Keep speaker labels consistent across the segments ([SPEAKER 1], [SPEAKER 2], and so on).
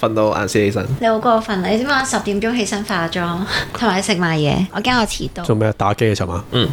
[SPEAKER 1] 瞓到晏先起身。
[SPEAKER 2] 你好過分啊！你知唔知我十點鐘起身化妝， 同埋食埋嘢，我驚我遲到。
[SPEAKER 3] 做咩打機嘅尋晚？
[SPEAKER 1] 嗯。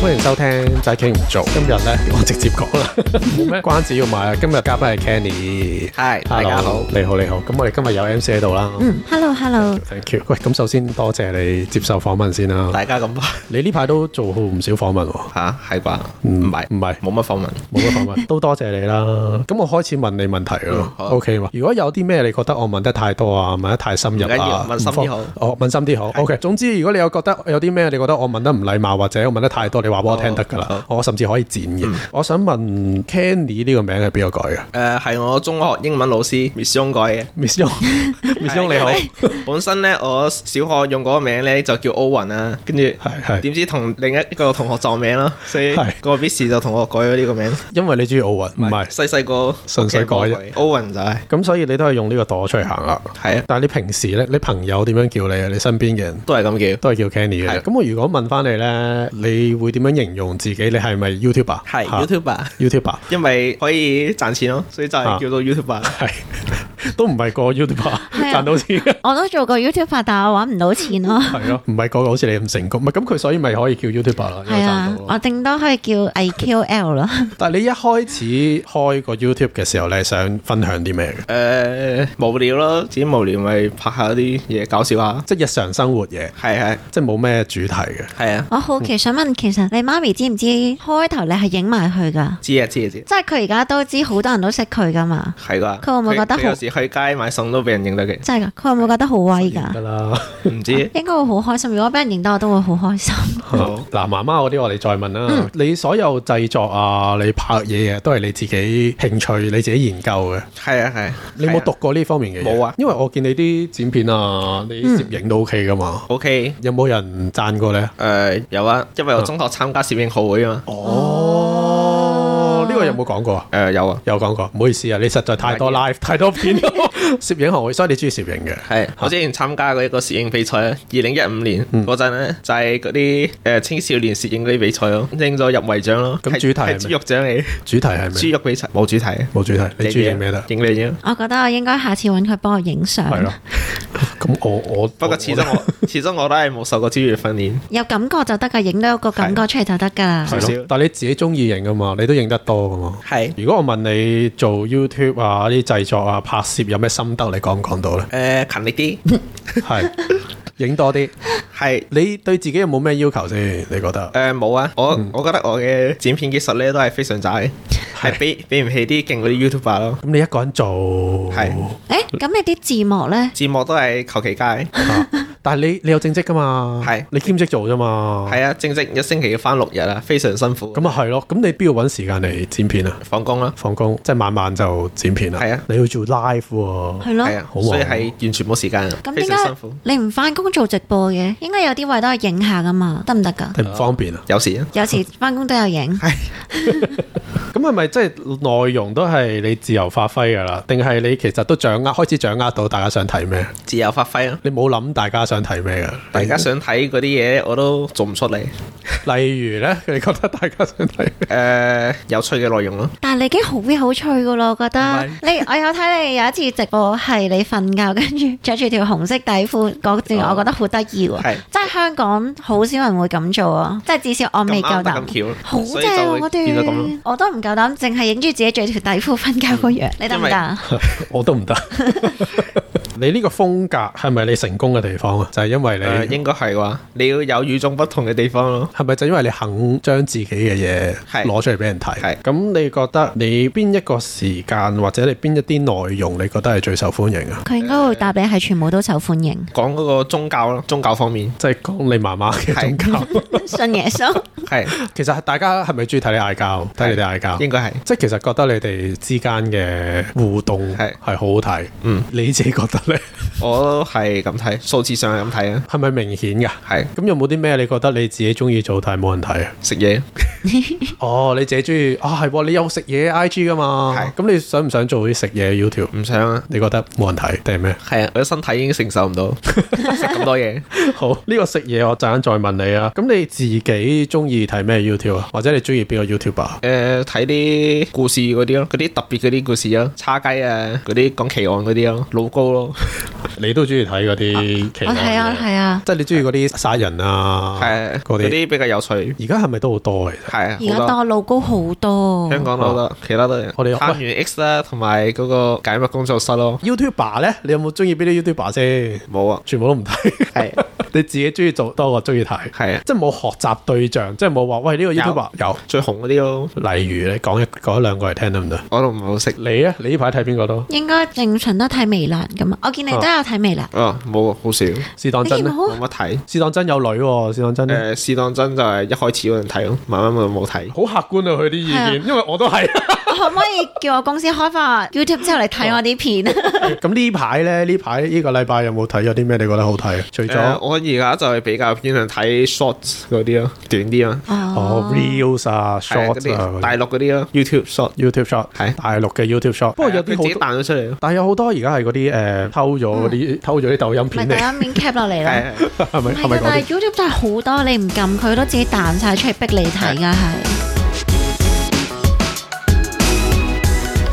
[SPEAKER 3] 歡迎收聽仔傾唔做，今日咧我直接講 啦，冇咩關子要買啊！今日嘉賓係 Kenny，
[SPEAKER 1] 係大家好
[SPEAKER 3] Hello，你好你好，咁我哋今日有 MC 喺度啦。
[SPEAKER 2] 嗯，hello hello，
[SPEAKER 3] Thank you。喂，咁首先多謝你接受訪問先啦。
[SPEAKER 1] 大家咁
[SPEAKER 3] 你呢排都做好唔少訪問喎，
[SPEAKER 1] 吓係啩？唔係
[SPEAKER 3] 唔係
[SPEAKER 1] 冇乜訪問。
[SPEAKER 3] 冇乜訪問， 都多謝你啦。咁我開始問你問題咯
[SPEAKER 1] 嗯好
[SPEAKER 3] ，OK 嘛？如果有啲咩你覺得我問得太多啊，問得太深入
[SPEAKER 1] 唔緊要
[SPEAKER 3] 啊，
[SPEAKER 1] 問深啲好
[SPEAKER 3] 唔方哦，問深啲好。OK，總之如果你有覺得有啲咩你覺得我問得唔禮貌或者我問得太多，你話俾我聽得㗎啦。我甚至可以剪嘅。
[SPEAKER 1] 嗯
[SPEAKER 3] 我想問 Candy 呢個名係邊個改嘅啊
[SPEAKER 1] 誒係我中學英文老師 Miss 翁改嘅。
[SPEAKER 3] ？Miss Yong，Miss Yong 你
[SPEAKER 1] 係。因
[SPEAKER 3] 好，
[SPEAKER 1] 為本身咧我小學用嗰個名咧就叫歐雲啊，跟住
[SPEAKER 3] 係係，
[SPEAKER 1] 點知同另一個同學撞名咯，所以
[SPEAKER 3] 係
[SPEAKER 1] 個 Miss 就同我改咗呢個名。
[SPEAKER 3] 因為你中意奧運，唔係
[SPEAKER 1] 細細個
[SPEAKER 3] 純粹改啫
[SPEAKER 1] 嘅，歐雲就係
[SPEAKER 3] 咁，所以你都係用呢個朵出去行啦。
[SPEAKER 1] 係啊，
[SPEAKER 3] 但係你平時咧，你朋友點樣叫你啊？你身邊嘅人？
[SPEAKER 1] 都係咁叫。
[SPEAKER 3] 都係叫 Kenny 嘅啫。
[SPEAKER 1] 係
[SPEAKER 3] 咁我如果問翻你咧，你會點樣形容自己？你係咪 YouTuber？
[SPEAKER 1] 係
[SPEAKER 3] 嚇
[SPEAKER 1] YouTuber，
[SPEAKER 3] YouTuber
[SPEAKER 1] 因為可以賺錢咯，所以就
[SPEAKER 3] 啊
[SPEAKER 1] 係叫做 YouTuber 啦。
[SPEAKER 3] 係 都唔係個 YouTuber
[SPEAKER 2] 啊
[SPEAKER 3] 賺到錢，
[SPEAKER 2] 我都做過 YouTube，但我揾唔到錢 咯。
[SPEAKER 3] 係咯，唔係個個好似你咁成功。咪咁佢所以咪可以叫 YouTuber 啦，因為
[SPEAKER 2] 係啊
[SPEAKER 3] 賺到，咯。
[SPEAKER 2] 我頂多可以叫 IQL 咯。
[SPEAKER 3] 但係你一開始開個 YouTube 嘅時候，你係想分享啲咩嘅？
[SPEAKER 1] 誒無呃聊咯，自己無聊咪拍下啲嘢搞笑下。
[SPEAKER 3] 即係日常生活嘢，
[SPEAKER 1] 係係
[SPEAKER 3] 即係冇咩主題嘅。
[SPEAKER 1] 係啊，
[SPEAKER 2] 我好
[SPEAKER 3] 嗯
[SPEAKER 2] 奇想問，其實你媽咪知唔知開頭你係影埋佢噶？
[SPEAKER 1] 知啊知啊知啊，
[SPEAKER 2] 即係佢而家都知好多人都識佢噶嘛？
[SPEAKER 1] 係㗎。
[SPEAKER 2] 佢會唔會覺得好
[SPEAKER 1] 佢有時去街買餸都俾人認得嘅？
[SPEAKER 2] 真係噶，佢會唔會覺得好威噶？
[SPEAKER 3] 得啦，
[SPEAKER 1] 唔
[SPEAKER 3] 啊
[SPEAKER 1] 知
[SPEAKER 2] 應該會好開心。如果俾人認得，我都會好開心。
[SPEAKER 1] 好
[SPEAKER 3] 嗱媽媽嗰啲我哋再問
[SPEAKER 2] 嗯
[SPEAKER 3] 啦。你所有製作啊，你拍嘢啊，都係你自己興趣，你自己研究嘅。
[SPEAKER 1] 係啊係。
[SPEAKER 3] 你有冇讀過呢方面嘅嘢？
[SPEAKER 1] 冇啊嗯
[SPEAKER 3] 因為我見你啲剪片啊，你攝影都 OK 噶嘛。
[SPEAKER 1] ？O K，
[SPEAKER 3] 有冇人讚過你啊？
[SPEAKER 1] 誒啊有啊，因為我中學參加攝影學會啊嘛。
[SPEAKER 3] 哦，呢個有冇講過啊？
[SPEAKER 1] 誒有啊，
[SPEAKER 3] 有講過，唔好意思啊，你實在太多
[SPEAKER 1] 唔
[SPEAKER 3] live 太多片， 攝影學會，所以你中意攝影嘅。
[SPEAKER 1] 係我之前參加過一個攝影比賽啊，二零一五年
[SPEAKER 3] 嗯
[SPEAKER 1] 嗰陣咧就係嗰啲誒青少年攝影嗰啲比賽咯，拎咗入圍獎咯。
[SPEAKER 3] 咁
[SPEAKER 1] 係
[SPEAKER 3] 主題係咩
[SPEAKER 1] 係豬肉獎嚟，
[SPEAKER 3] 主題係
[SPEAKER 1] 豬
[SPEAKER 3] 咩？
[SPEAKER 1] 肉比賽冇主題。
[SPEAKER 3] 冇主題，你中意 影咩得？
[SPEAKER 1] 影你影。
[SPEAKER 2] 我覺得我應該下次揾佢幫我影相，
[SPEAKER 3] 係咯。咁我我
[SPEAKER 1] 不過始終
[SPEAKER 3] 我
[SPEAKER 1] 我始終我都係冇受過專業訓練。
[SPEAKER 2] 有感覺就得噶，影到有個感覺出嚟就得噶啦。
[SPEAKER 3] 係
[SPEAKER 1] 少
[SPEAKER 3] 咯
[SPEAKER 1] 少
[SPEAKER 3] 但係你自己中意影噶嘛？你都影得多噶嘛？
[SPEAKER 1] 係？
[SPEAKER 3] 如果我問你做 YouTube 啊、啲製作啊、拍攝有咩心得，你講唔講到咧
[SPEAKER 1] 誒勤力 啲，
[SPEAKER 3] 係 影多啲。
[SPEAKER 1] 係
[SPEAKER 3] 你對自己有冇咩要求先？你覺得？
[SPEAKER 1] 誒冇啊！我
[SPEAKER 2] 嗯
[SPEAKER 1] 我覺得我嘅剪片技術咧都係非常渣嘅，係比比唔起啲勁嗰啲 YouTuber 咯。
[SPEAKER 3] 咁你一個人做
[SPEAKER 2] 哦
[SPEAKER 1] 係
[SPEAKER 2] 誒，咁你啲字幕呢？
[SPEAKER 1] 字幕都係求其加嘅，
[SPEAKER 2] 哦
[SPEAKER 3] 啊但係你你有正職噶嘛？
[SPEAKER 1] 係
[SPEAKER 3] 你兼職做啫嘛？
[SPEAKER 1] 係啊，正職一星期要翻六日啊，非常辛苦。
[SPEAKER 3] 咁啊係咯，咁你邊度揾時間嚟剪片啊？
[SPEAKER 1] 放工啦，
[SPEAKER 3] 放工即係晚晚就剪片啦。
[SPEAKER 1] 係啊
[SPEAKER 3] 你要做 live 喎。
[SPEAKER 2] 係咯。
[SPEAKER 1] 係啊，
[SPEAKER 3] 好忙
[SPEAKER 1] 所以係完全冇時間啊
[SPEAKER 2] 咁，
[SPEAKER 1] 非
[SPEAKER 2] 點
[SPEAKER 1] 常辛
[SPEAKER 2] 解
[SPEAKER 1] 苦。
[SPEAKER 2] 你唔翻工做直播嘅？應該有啲位都係影下噶嘛，得唔得噶？
[SPEAKER 3] 你唔方便啊？
[SPEAKER 1] 有時啊，
[SPEAKER 2] 有時翻工都有 影，
[SPEAKER 3] 咁係咪即係內容都係你自由發揮㗎啦？定係你其實都掌握開始掌握到大家想睇咩？
[SPEAKER 1] 自由發揮啊。
[SPEAKER 3] 你冇諗大家想睇咩㗎？
[SPEAKER 1] 大家想睇嗰啲嘢我都做唔出嚟。
[SPEAKER 3] 例如咧， 你覺得大家想睇咩？
[SPEAKER 1] 誒，有趣嘅內容咯，
[SPEAKER 2] 但係你已經好 V 好趣噶咯，我覺得
[SPEAKER 1] 唔
[SPEAKER 2] 你我有睇你有一次直播係你瞓覺，跟住 着住條紅色底褲嗰段，我覺得好得意喎
[SPEAKER 1] 哦係。
[SPEAKER 2] 即係香港好少人會咁做啊！即係至少我未
[SPEAKER 1] 咁啱
[SPEAKER 2] 夠
[SPEAKER 1] 得
[SPEAKER 2] 膽。
[SPEAKER 1] 咁巧，
[SPEAKER 2] 好
[SPEAKER 1] 所
[SPEAKER 2] 正
[SPEAKER 1] 以就
[SPEAKER 2] 啊
[SPEAKER 1] 會
[SPEAKER 2] 嗰
[SPEAKER 1] 變咗咁咯。
[SPEAKER 2] 段，我都唔夠膽，淨係影住自己着條底褲瞓覺個樣，你得唔得啊？
[SPEAKER 3] 我都唔 得。你呢個風格係咪你成功嘅地方啊？就係、因為
[SPEAKER 1] 誒，
[SPEAKER 3] 你
[SPEAKER 1] 應該係啩？你要有與眾不同嘅地方咯。
[SPEAKER 3] 係咪就因為你肯將自己嘅嘢
[SPEAKER 1] 係
[SPEAKER 3] 攞出嚟俾人睇？
[SPEAKER 1] 係
[SPEAKER 3] 咁你覺得你邊一個時間或者你邊一啲內容你覺得係最受歡迎啊？
[SPEAKER 2] 佢應該會答你係全部都受 歡迎，
[SPEAKER 1] 講嗰個宗教咯，宗教方面
[SPEAKER 3] 即係講你媽媽嘅宗教，
[SPEAKER 2] 信 耶穌。
[SPEAKER 1] 係
[SPEAKER 3] 其實大家係咪中意睇你嗌交？睇你哋嗌交？
[SPEAKER 1] 應該係
[SPEAKER 3] 即係其實覺得你哋之間嘅互動
[SPEAKER 1] 係
[SPEAKER 3] 係好好睇。
[SPEAKER 1] 嗯，
[SPEAKER 3] 你自己覺得你
[SPEAKER 1] 我係咁睇，數字上係咁睇啊，
[SPEAKER 3] 係咪明顯㗎？
[SPEAKER 1] 係
[SPEAKER 3] 咁有冇啲咩你覺得你自己中意做但係冇人睇啊？
[SPEAKER 1] 食嘢。
[SPEAKER 3] 哦，你自己中意啊？係喎，你有食嘢 I G 噶嘛？
[SPEAKER 1] 係
[SPEAKER 3] 咁你想唔想做啲食嘢 YouTube？
[SPEAKER 1] 唔想啊，
[SPEAKER 3] 你覺得冇人睇定係 咩？
[SPEAKER 1] 係啊，我嘅身體已經承受唔 到食咁多嘢。
[SPEAKER 3] 好，呢、個食嘢我陣間再問你啊。咁你自己中意睇咩 YouTube 啊？或者你中意邊個 YouTuber？啊
[SPEAKER 1] 誒睇啲故事嗰啲咯，嗰啲特別嗰啲故事咯，叉雞啊，嗰啲講奇案嗰啲咯，老高咯，
[SPEAKER 3] 你都中意睇嗰啲奇
[SPEAKER 2] 我
[SPEAKER 3] 怪
[SPEAKER 2] 睇啊
[SPEAKER 3] 嘅，
[SPEAKER 2] 係啊，
[SPEAKER 3] 即係你中意嗰啲殺人啊，
[SPEAKER 1] 係嗰
[SPEAKER 3] 嗰啲。
[SPEAKER 1] 啲比較有趣，
[SPEAKER 3] 而家係咪都好多嘅？其實
[SPEAKER 1] 係啊
[SPEAKER 2] 而家
[SPEAKER 1] 好
[SPEAKER 2] 多路高好多
[SPEAKER 1] 多，香港都好多，其他都有
[SPEAKER 3] 啊我哋
[SPEAKER 1] 探員 X 啦，同埋嗰個解密工作室咯，
[SPEAKER 3] YouTuber 咧，你有冇中意邊啲 YouTuber 先？
[SPEAKER 1] 冇啊，
[SPEAKER 3] 全部都唔睇，
[SPEAKER 1] 係
[SPEAKER 3] 你自己中意做多過中意睇，
[SPEAKER 1] 係啊，
[SPEAKER 3] 即係冇學習對象，即係冇話喂呢、個 YouTuber 有。
[SPEAKER 1] 最紅嗰啲咯，
[SPEAKER 3] 例如你講一講一兩個嚟聽得唔得？
[SPEAKER 1] 我都唔係好識，
[SPEAKER 3] 你咧，你呢排睇邊個多？
[SPEAKER 2] 應該正常都睇微辣噶嘛。我見你
[SPEAKER 3] 哦
[SPEAKER 2] 都有睇微 辣，
[SPEAKER 1] 啊冇啊，好少，
[SPEAKER 3] 是當
[SPEAKER 2] 你
[SPEAKER 3] 真咧
[SPEAKER 2] 見？哎好
[SPEAKER 1] 冇乜睇。
[SPEAKER 3] 是當真有女喎、是當真呢
[SPEAKER 1] 誒試當真就係一開始嗰陣睇咯，慢慢冇睇。
[SPEAKER 3] 好客觀啊！佢啲意
[SPEAKER 2] 係啊
[SPEAKER 3] 見，因為我都係。
[SPEAKER 2] 我可唔可以叫我公司開翻 YouTube 之後嚟睇我啲片啊？
[SPEAKER 3] 咁呢排咧，呢排呢個禮拜有冇睇咗啲咩？你覺得好睇？啊除咗、哦
[SPEAKER 1] 誒我而家就係比較偏向睇 short 嗰啲咯，短啲啊，
[SPEAKER 3] 哦 reels 啊、
[SPEAKER 1] 係啊嗰
[SPEAKER 3] short
[SPEAKER 1] 啲
[SPEAKER 3] 啊、
[SPEAKER 1] 大陸嗰啲咯，YouTube short。
[SPEAKER 3] YouTube short，
[SPEAKER 1] 係
[SPEAKER 3] 大陸嘅 YouTube short。不過有啲
[SPEAKER 1] 佢自己
[SPEAKER 3] 好多，
[SPEAKER 1] 彈咗出嚟咯。
[SPEAKER 3] 但係有好多而家係嗰啲誒偷咗嗰啲偷咗啲抖音
[SPEAKER 2] 咪
[SPEAKER 3] 片
[SPEAKER 2] 大
[SPEAKER 3] 嚟，啊
[SPEAKER 2] 家面 cap 落嚟咯。
[SPEAKER 1] 係係
[SPEAKER 3] 係咪
[SPEAKER 2] 嗯唔
[SPEAKER 3] 係
[SPEAKER 2] 係
[SPEAKER 3] 咪
[SPEAKER 2] 㗎，
[SPEAKER 3] 嗰
[SPEAKER 2] 但係
[SPEAKER 3] 啲？
[SPEAKER 2] YouTube 真係好多，你唔撳佢都自己彈晒出嚟逼你睇㗎，係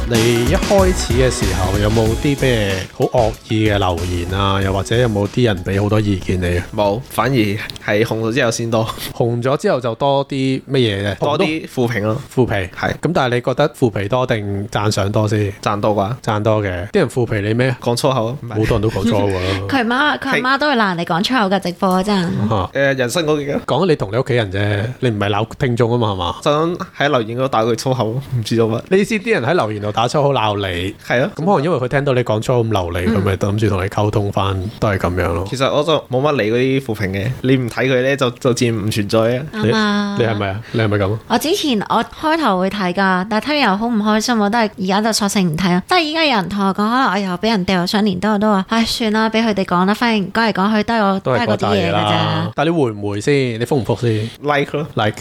[SPEAKER 3] 你一開始嘅時候有冇啲咩好惡意嘅留言啊？又或者有冇啲人俾好多意見你啊？
[SPEAKER 1] 冇，反而係紅咗之後先多
[SPEAKER 3] 紅咗之後就多啲乜嘢嘅？
[SPEAKER 1] 多啲負評咯，
[SPEAKER 3] 腐皮。
[SPEAKER 1] 係
[SPEAKER 3] 咁但係你覺得腐皮多定讚賞多先？
[SPEAKER 1] 賺到啩？
[SPEAKER 3] 讚多嘅，啲人腐皮你咩？
[SPEAKER 1] 講粗口啊，唔
[SPEAKER 3] 好
[SPEAKER 1] 係
[SPEAKER 3] 多人都講 錯喎。
[SPEAKER 2] 佢媽佢阿
[SPEAKER 1] 係
[SPEAKER 2] 媽都會鬧你講粗口嘅直播真係。
[SPEAKER 3] 嚇
[SPEAKER 1] 誒人生嗰幾個
[SPEAKER 3] 講你同你屋企人啫，你唔係鬧聽眾啊嘛，係嘛？
[SPEAKER 1] 想喺留言嗰度打句粗口，唔知做乜。
[SPEAKER 3] 你意思啲人喺留言度打粗口鬧你，
[SPEAKER 1] 係咯，
[SPEAKER 3] 咁可能因為佢聽到你講粗口咁流利，咁咪諗住同你溝通翻，都係咁樣咯。
[SPEAKER 1] 嗯其實我就冇乜理嗰啲負評嘅，你唔睇佢咧就就自然唔存在啊。
[SPEAKER 3] 你
[SPEAKER 2] 啱
[SPEAKER 3] 你係咪啊？你係咪咁啊？
[SPEAKER 2] 我之前我開頭會睇㗎，但係睇完又好唔開心，我都係而家就索性唔睇啦。即係而家有人同我講，可能我又俾人掉上年多，我都話唉算啦，俾佢哋講啦，反正講嚟講去都係我都
[SPEAKER 3] 都係
[SPEAKER 2] 係嗰
[SPEAKER 3] 嗰
[SPEAKER 2] 啲
[SPEAKER 3] 大嘢
[SPEAKER 2] 嘢㗎
[SPEAKER 3] 啦
[SPEAKER 2] 咋。。
[SPEAKER 3] 但係你回唔回先？你覆唔覆先
[SPEAKER 1] like 咯，
[SPEAKER 3] ？like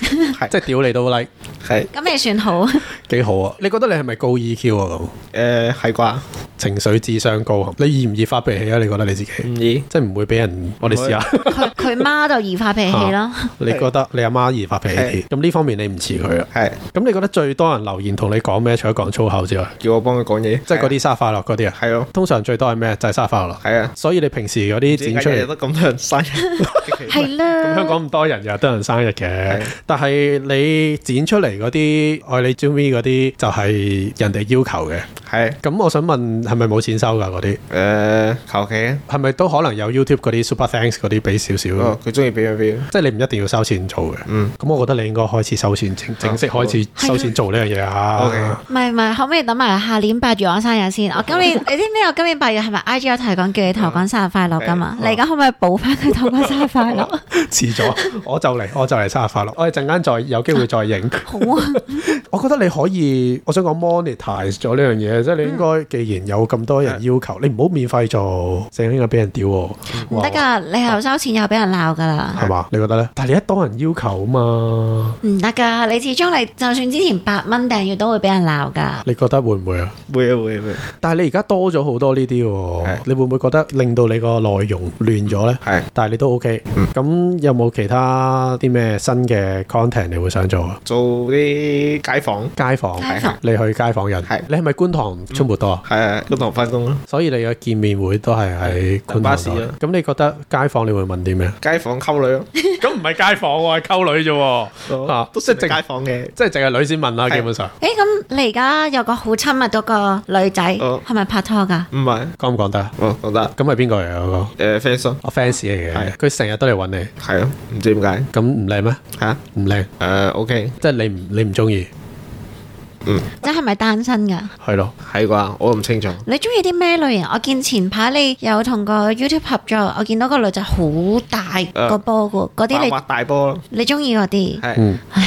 [SPEAKER 3] 即係屌你都 like，
[SPEAKER 1] 係
[SPEAKER 2] 咁你算好，
[SPEAKER 3] 幾好啊！你覺得你係咪高 EQ 啊？咁
[SPEAKER 1] 誒係啩？
[SPEAKER 3] 情緒智商高，你易唔易發脾氣啊？你覺得你自己
[SPEAKER 1] 唔易
[SPEAKER 3] 即係唔會俾人？我哋試下，
[SPEAKER 2] 佢佢媽就易發脾氣啦。
[SPEAKER 3] 你覺得你阿媽易發脾氣啲？咁呢方面你唔似佢啊？
[SPEAKER 1] 係
[SPEAKER 3] 咁你覺得最多人留言同你講咩？除咗講粗口之外，
[SPEAKER 1] 叫我幫佢講嘢，
[SPEAKER 3] 即係嗰
[SPEAKER 1] 啲
[SPEAKER 3] 啲生日快樂嗰啲啊？
[SPEAKER 1] 係咯，
[SPEAKER 3] 通常最多係咩？就係、生日快樂。
[SPEAKER 1] 係啊，
[SPEAKER 3] 所以你平時嗰啲
[SPEAKER 1] 點
[SPEAKER 3] 展
[SPEAKER 1] 解
[SPEAKER 3] 出
[SPEAKER 1] 日日
[SPEAKER 3] 嚟，
[SPEAKER 1] 都咁多人生日？
[SPEAKER 2] 係啦，
[SPEAKER 3] 咁香港咁多人又得人生日嘅
[SPEAKER 1] 係，
[SPEAKER 3] 但係你展出嚟嗰啲愛你 Jimmy 嗰啲，就係人哋要求嘅。
[SPEAKER 1] 係
[SPEAKER 3] 咁我想問，係咪冇錢收㗎嗰啲？
[SPEAKER 1] 誒求其啊，
[SPEAKER 3] 係咪都可能有 YouTube 嗰啲 Super Thanks 嗰啲俾少少？
[SPEAKER 1] 哦佢中意俾就俾啊，
[SPEAKER 3] 即係你唔一定要收錢做嘅。
[SPEAKER 1] 嗯，
[SPEAKER 3] 咁我覺得你應該開始收錢，正正式開始
[SPEAKER 2] 啊好
[SPEAKER 3] 收錢做呢樣嘢啊
[SPEAKER 1] OK。
[SPEAKER 2] 唔係唔係，可唔可以等埋下年八月我生日
[SPEAKER 3] 哦
[SPEAKER 2] 先？我今年你知唔知我今年八月係咪 I G 有提講叫你同我講生日快樂噶嘛？你而家可唔可以補翻佢同我講生日 快樂？
[SPEAKER 3] 遲咗， 我就嚟，我就嚟生日快樂。我哋陣間再有機會再影。
[SPEAKER 2] 好啊，
[SPEAKER 3] 我覺得你可以，我想講 monetize 咗呢樣嘢，即係你應
[SPEAKER 2] 嗯
[SPEAKER 3] 該，既然有咁多人要求，你唔好免費做，正應該俾人屌喎，
[SPEAKER 2] 唔得㗎，你又收錢又俾人鬧㗎啦，
[SPEAKER 3] 係嘛？你覺得咧？但係你一多人要求啊嘛，
[SPEAKER 2] 唔得㗎，你始終你就算之前八蚊訂閱都會俾人鬧㗎。
[SPEAKER 3] 你覺得會唔會啊？
[SPEAKER 1] 會啊會啊會啊。
[SPEAKER 3] 但係你而家多咗好多呢啲喎
[SPEAKER 1] 係，
[SPEAKER 3] 你會唔會覺得令到你個內容亂咗呢？
[SPEAKER 1] 係
[SPEAKER 3] 但係你都 OK，咁、有冇其他啲咩新嘅 content 你會想做啊？
[SPEAKER 1] 做啲街坊，
[SPEAKER 3] 街訪，
[SPEAKER 2] 街訪
[SPEAKER 3] 你去街訪人
[SPEAKER 1] 係，
[SPEAKER 3] 你係咪觀塘出沒多啊？
[SPEAKER 1] 係啊，觀塘翻工咯。
[SPEAKER 3] 所以你嘅見面會都係喺觀塘
[SPEAKER 1] 巴士
[SPEAKER 3] 度
[SPEAKER 1] 啊
[SPEAKER 3] 咁你覺得街坊你會問啲咩？
[SPEAKER 1] 街坊溝女咯，
[SPEAKER 3] 咁唔係街坊喎，係溝女啫喎。啊，即
[SPEAKER 1] 即
[SPEAKER 3] 係
[SPEAKER 1] 係
[SPEAKER 3] 淨
[SPEAKER 1] 街坊嘅。
[SPEAKER 3] 即係淨係女先問啦，
[SPEAKER 1] 係
[SPEAKER 3] 基本上
[SPEAKER 2] 誒咁，你而家有個好親密嗰個女仔，
[SPEAKER 1] 哦
[SPEAKER 2] 係咪拍拖㗎？
[SPEAKER 1] 唔係，
[SPEAKER 3] 講唔講得啊？
[SPEAKER 1] 我覺得
[SPEAKER 3] 咁係邊個嚟啊？嗰個
[SPEAKER 1] 誒 fans 咯，
[SPEAKER 3] 我 fans 嚟嘅，
[SPEAKER 1] 係
[SPEAKER 3] 佢成日都嚟揾你，
[SPEAKER 1] 係啊，唔知點解
[SPEAKER 3] 咁唔靚咩？
[SPEAKER 1] 嚇
[SPEAKER 3] 唔靚，
[SPEAKER 1] 誒 Ờ, OK
[SPEAKER 3] 即係你唔你唔中意，
[SPEAKER 2] 即係咪單身㗎？
[SPEAKER 3] 係咯？
[SPEAKER 1] 係啩？我唔清楚。
[SPEAKER 2] 你中意啲咩類型？我見前排你有同個 YouTube 合作，我見到個女仔好大個波㗎喎，嗰啲
[SPEAKER 1] 白
[SPEAKER 2] 你
[SPEAKER 1] 滑大波咯，
[SPEAKER 3] Ừ.
[SPEAKER 2] 你中意嗰啲？
[SPEAKER 1] 係
[SPEAKER 3] 嗯，係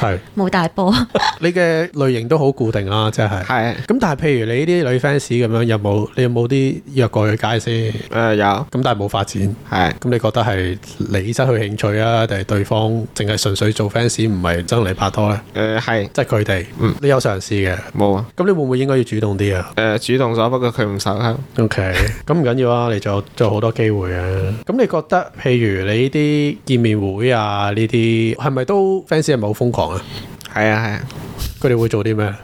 [SPEAKER 3] 係
[SPEAKER 2] 冇大波。
[SPEAKER 3] 你嘅類型都好固定啦，即係。
[SPEAKER 1] 係
[SPEAKER 3] 咁但係譬如你呢啲女 fans 咁樣，有冇你有冇啲約過去街先？
[SPEAKER 1] 誒有
[SPEAKER 3] 咁但係冇發展，咁
[SPEAKER 1] 係
[SPEAKER 3] 你覺得係你失去興趣啊，定係對方淨係純粹做 fans 唔係真係嚟拍拖呢？
[SPEAKER 1] 誒係
[SPEAKER 3] 即係佢哋，
[SPEAKER 1] 嗯
[SPEAKER 3] 你有嘗試嘅，
[SPEAKER 1] 冇啊
[SPEAKER 3] 咁你會唔會應該要主動啲啊
[SPEAKER 1] 呃誒主動咗，不過佢唔受香。
[SPEAKER 3] ？OK，咁唔緊要啊，你仲有仲有好多機會嘅。咁你覺得譬如你呢啲見面會啊，呢啲係咪都 fans 係咪好瘋狂啊？
[SPEAKER 1] 係啊係啊，
[SPEAKER 3] 佢哋會做啲咩？
[SPEAKER 1] 誒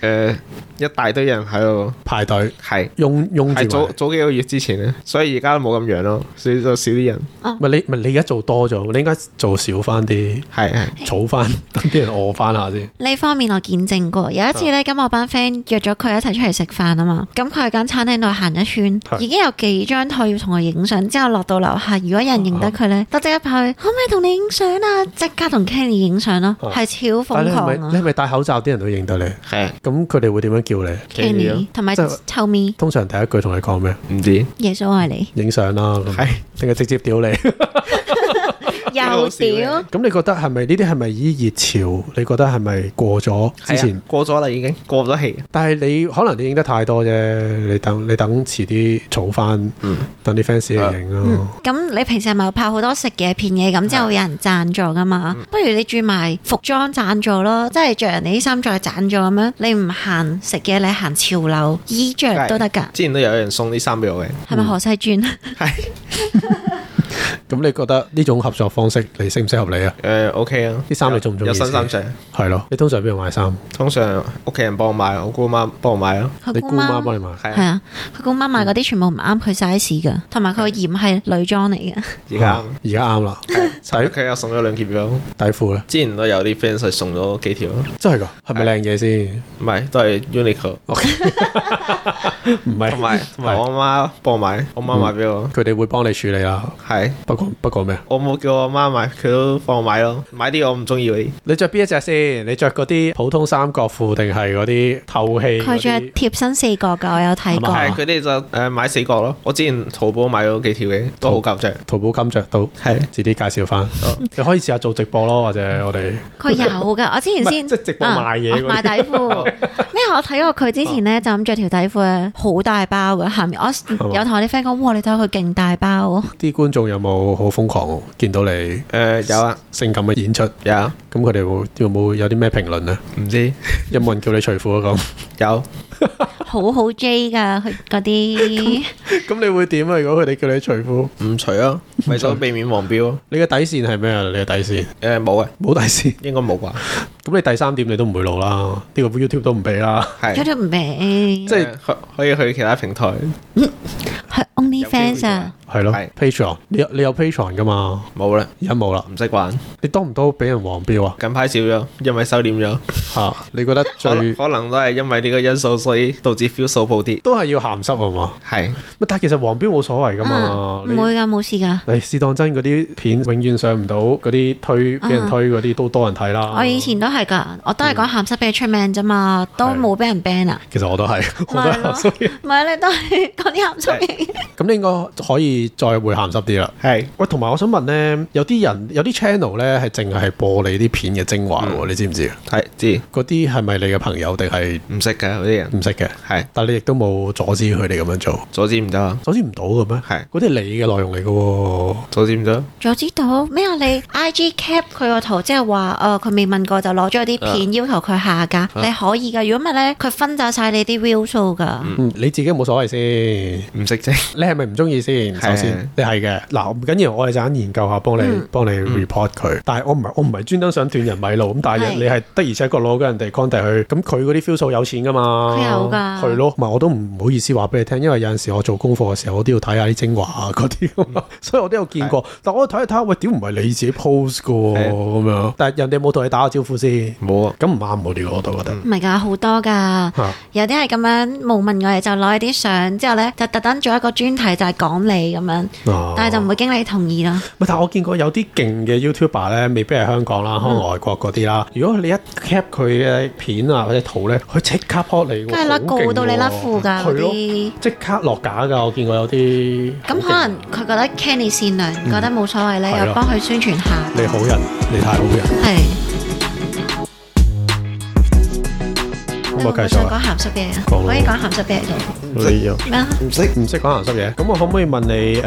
[SPEAKER 1] 呃一大堆人喺度
[SPEAKER 3] 排隊
[SPEAKER 1] 係。
[SPEAKER 3] 擁擁
[SPEAKER 1] 係
[SPEAKER 3] 住
[SPEAKER 1] 早
[SPEAKER 3] 埋。
[SPEAKER 1] 早幾個月之前咧，所以而家冇咁樣咯，所以就少啲人。
[SPEAKER 3] 咪你咪你而家做多咗，你應該做少翻啲，
[SPEAKER 1] 係係
[SPEAKER 3] 儲翻， 等啲人餓翻下先。
[SPEAKER 2] 呢方面我見證過，有一次
[SPEAKER 3] 啊
[SPEAKER 2] 咧，咁我班 friend 約咗佢一齊出嚟食飯啊嘛，咁佢喺間餐廳度行一圈
[SPEAKER 3] 係，
[SPEAKER 2] 已經有幾張台要同我影相，之後落到樓下，如果有人認得佢
[SPEAKER 3] 啊
[SPEAKER 2] 咧，我即刻跑去，可唔可以同你影相啊？即刻同 Kenny 影相咯，
[SPEAKER 3] 啊
[SPEAKER 2] 係超瘋
[SPEAKER 3] 但係你係咪
[SPEAKER 2] 狂
[SPEAKER 3] 你
[SPEAKER 2] 啊
[SPEAKER 3] 係咪戴口罩啲人都認得你？
[SPEAKER 1] 係
[SPEAKER 3] 咁佢哋會點樣叫你？
[SPEAKER 1] 啊
[SPEAKER 3] 啊
[SPEAKER 2] ！Kenny 同埋
[SPEAKER 3] 即係
[SPEAKER 2] Tell me
[SPEAKER 3] 通常第一句同你講咩？
[SPEAKER 1] 唔知
[SPEAKER 2] 耶穌愛 你，
[SPEAKER 3] 影相啦，咁
[SPEAKER 1] 係
[SPEAKER 3] 定係直 接屌你？
[SPEAKER 1] 個
[SPEAKER 2] 又
[SPEAKER 1] 好笑
[SPEAKER 2] 屌
[SPEAKER 1] 嘅
[SPEAKER 3] 咁你覺得係咪呢啲係咪依熱潮？你覺得係咪過咗
[SPEAKER 1] 啊
[SPEAKER 3] 之前？
[SPEAKER 1] 過咗啦，已經過咗氣。
[SPEAKER 3] 但係你可能你影得太多啫，你等你等遲啲儲翻，
[SPEAKER 1] 嗯
[SPEAKER 3] 等啲 fans 嚟影
[SPEAKER 1] 啊
[SPEAKER 3] 咯。
[SPEAKER 2] 咁你平時係咪有拍好多食嘢片嘢咁之後有人贊助噶嘛？
[SPEAKER 3] 嗯
[SPEAKER 2] 不如你轉埋服裝贊助咯，即係着人哋啲衫再贊助咁樣。你唔行食嘢，你行潮流衣着都得㗎，
[SPEAKER 1] 之前都有人送啲衫俾我嘅，
[SPEAKER 2] 係咪
[SPEAKER 3] 嗯
[SPEAKER 2] 何世尊？
[SPEAKER 1] 係
[SPEAKER 3] 咁你覺得呢種合作方式你適唔適合你啊？
[SPEAKER 1] 誒 OK 啊。
[SPEAKER 3] 啲衫你中唔中意
[SPEAKER 1] 有新衫
[SPEAKER 3] 先
[SPEAKER 1] 着，
[SPEAKER 3] 係咯，你通常邊度買衫？
[SPEAKER 1] 通常屋企人幫我買，我姑媽幫我買咯。
[SPEAKER 2] 佢
[SPEAKER 3] 你
[SPEAKER 2] 姑
[SPEAKER 3] 姑媽幫
[SPEAKER 2] 媽
[SPEAKER 3] 你買。嗯
[SPEAKER 1] 係
[SPEAKER 2] 係
[SPEAKER 1] 啊，
[SPEAKER 2] 啊，佢姑媽買嗰啲全部唔啱佢 size 㗎，同埋佢嫌係女裝嚟嘅。
[SPEAKER 1] 而家
[SPEAKER 3] 啊而家啱啦，
[SPEAKER 1] 係佢又送咗兩件俾我。
[SPEAKER 3] 底褲咧
[SPEAKER 1] 之前都有啲 fans 係送咗幾條，唔
[SPEAKER 3] 真係㗎，係咪靚嘢先？
[SPEAKER 1] 係都係 Uniqlo，
[SPEAKER 3] 唔
[SPEAKER 1] 同
[SPEAKER 3] 係，
[SPEAKER 1] 埋同埋我媽幫我買，我媽買俾我。
[SPEAKER 3] 佢哋會幫你處理啦。
[SPEAKER 1] 係
[SPEAKER 3] 不過不過咩？
[SPEAKER 1] 我冇叫我媽買，佢都幫我買咯，買啲我唔中意嗰啲。
[SPEAKER 3] 你着邊一隻先？你着嗰啲普通三角褲定係嗰啲透氣嗰
[SPEAKER 2] 佢着
[SPEAKER 3] 啲？
[SPEAKER 2] 貼身四角㗎，我有睇過。
[SPEAKER 1] 係佢哋就誒買四角咯。我之前淘寶買咗幾條嘅，都好夾着。
[SPEAKER 3] 淘寶金着到，
[SPEAKER 1] 係
[SPEAKER 3] 自己介紹翻。你可以試下做直播咯，或者我哋
[SPEAKER 2] 佢有㗎，我之前
[SPEAKER 3] 唔係
[SPEAKER 2] 先
[SPEAKER 3] 即係直播賣嘢嗰啲啊
[SPEAKER 2] 啊賣底褲。 咩？我睇過佢之前咧，就咁着條底褲咧，好大包嘅。下面我
[SPEAKER 3] 嘛
[SPEAKER 2] 有同我啲 friend 講，哇！你睇下佢勁大包喎。
[SPEAKER 3] 啲觀眾有冇好瘋狂見到你
[SPEAKER 1] 誒有啊
[SPEAKER 3] 性感嘅演出？咁
[SPEAKER 1] 有啊，
[SPEAKER 3] 佢哋會有冇有啲咩評論呢？
[SPEAKER 1] 唔知
[SPEAKER 3] 有冇人叫你除褲啊？ 咁
[SPEAKER 1] 有
[SPEAKER 2] 好好 J 㗎，佢嗰 啲
[SPEAKER 3] 咁你會點啊？如果佢哋叫你除褲，
[SPEAKER 1] 唔除啊？為咗避免黃標咯。
[SPEAKER 3] 你嘅底線係咩啊？你嘅底線
[SPEAKER 1] 誒冇啊，
[SPEAKER 3] 冇底線。
[SPEAKER 1] 應該冇啩？
[SPEAKER 3] 咁你第三點你都唔會露啦，呢個 YouTube 都唔俾啦。
[SPEAKER 2] 有
[SPEAKER 1] 係
[SPEAKER 2] 啲唔明，
[SPEAKER 1] 即係可可以去其他平台。
[SPEAKER 2] 係 OnlyFans 啊，
[SPEAKER 3] 係咯
[SPEAKER 1] 係
[SPEAKER 3] ，Patreon，你有你有 Patreon 噶嘛？
[SPEAKER 1] 冇啦，
[SPEAKER 3] 而家冇啦。
[SPEAKER 1] 唔識玩。
[SPEAKER 3] 你多唔多俾人黃標 啊？
[SPEAKER 1] 近排少咗，因為收斂咗。
[SPEAKER 3] 嚇、你覺得
[SPEAKER 1] 可能
[SPEAKER 3] 最
[SPEAKER 1] 可能都係因為呢個因素，所以導致 feel 數暴跌。
[SPEAKER 3] 都係要鹹濕啊嘛？
[SPEAKER 1] 係
[SPEAKER 3] 咪但係其實黃標冇所謂噶嘛
[SPEAKER 2] 啊，唔
[SPEAKER 3] 你
[SPEAKER 2] 會㗎，冇事㗎。
[SPEAKER 3] 你試當真嗰啲片永遠上唔到嗰啲推俾人推嗰啲都多人睇啦。
[SPEAKER 2] 我以前都係㗎，我都係講鹹濕俾佢出名啫嘛，都
[SPEAKER 3] 嗯係
[SPEAKER 2] 冇俾人 ban 啊。
[SPEAKER 3] 其實我都係， 我都係鹹濕嘅。
[SPEAKER 2] 唔係你都係講啲鹹濕嘢。
[SPEAKER 3] 咁你應該可以再會鹹濕啲啦。
[SPEAKER 1] 係
[SPEAKER 3] 喂，同埋我想問咧，有啲人有啲 channel 咧係淨係播你啲片嘅精華喎，你知唔知？
[SPEAKER 1] 係知
[SPEAKER 3] 嗰啲係咪你嘅朋友定係
[SPEAKER 1] 唔識嘅嗰啲人
[SPEAKER 3] 唔識嘅？
[SPEAKER 1] 係
[SPEAKER 3] 但你亦都冇阻止佢哋咁樣做，
[SPEAKER 1] 阻止唔到啊，
[SPEAKER 3] 阻止唔到嘅咩？
[SPEAKER 1] 係
[SPEAKER 3] 嗰啲係你嘅內容嚟嘅喎。
[SPEAKER 1] 阻止唔到。
[SPEAKER 2] 早知道咩啊？你 I G cap 佢個圖，即係話誒，佢、未問過就攞咗啲
[SPEAKER 3] 啊
[SPEAKER 2] 片，要求佢下架，你可以㗎。如果唔係咧，佢分走晒你啲 view 數㗎。
[SPEAKER 3] 嗯，你自己冇所謂先。
[SPEAKER 1] 唔識啫，
[SPEAKER 3] 你係咪唔中意先？
[SPEAKER 1] 係嗯
[SPEAKER 3] 首先，你係嘅。嗱，唔緊要，我哋陣間研究下，幫你幫你 report 佢。但係我唔係我唔係專登想斷人米路咁，但係
[SPEAKER 2] 係
[SPEAKER 3] 你係的而且確攞緊人哋 contact 佢，咁佢嗰啲 feel 數有錢噶嘛？
[SPEAKER 2] 佢有㗎
[SPEAKER 3] 係咯，唔係我都唔好意思話俾你聽，因為有陣時我做功課嘅時候，我都要睇下啲精華啊嗰啲㗎
[SPEAKER 1] 嗯
[SPEAKER 3] 嘛， 所以我都有見過。但我睇一睇，喂，屌唔係你自己 post 嘅喎，
[SPEAKER 1] 係
[SPEAKER 3] 咁樣。但係人哋冇同你打個招呼先，
[SPEAKER 1] 冇啊，
[SPEAKER 3] 咁唔啱我哋我都覺得
[SPEAKER 2] 唔係㗎，Oh 好多㗎，
[SPEAKER 3] 嚇
[SPEAKER 2] 有啲係咁樣冇問我哋就攞你啲相，之後咧就特登做一個專題就係講你咁樣，
[SPEAKER 3] 啊
[SPEAKER 2] 但係就唔會經你同意啦。
[SPEAKER 3] 喂，但我見過有啲勁嘅 YouTuber 咧，未必係香港
[SPEAKER 2] 嗯
[SPEAKER 3] 啦，可能外國嗰啲啦。如果你一 cap 佢嘅片啊或者圖咧，佢即刻 po 你喎，
[SPEAKER 2] 梗係啦，
[SPEAKER 3] 好勁
[SPEAKER 2] 告到你甩
[SPEAKER 3] 喎
[SPEAKER 2] 褲㗎
[SPEAKER 3] 係
[SPEAKER 2] 嗰
[SPEAKER 3] 咯
[SPEAKER 2] 啲。
[SPEAKER 3] 即刻落架㗎。我見過有啲
[SPEAKER 2] 咁可能佢覺得 Kenny 善良，覺得冇所謂咧，
[SPEAKER 3] 嗯係咯
[SPEAKER 2] 又幫佢宣傳下。
[SPEAKER 3] 你好人，你太好人。
[SPEAKER 2] 係。你會唔會
[SPEAKER 3] 繼續
[SPEAKER 2] 想
[SPEAKER 3] 啊
[SPEAKER 2] 講鹹濕嘢啊？
[SPEAKER 3] 講啦
[SPEAKER 2] 可以講鹹濕嘢嘅
[SPEAKER 4] 你又
[SPEAKER 2] 咩啊？
[SPEAKER 4] 唔識
[SPEAKER 3] 唔識講鹹濕嘢，咁我可唔可以問你誒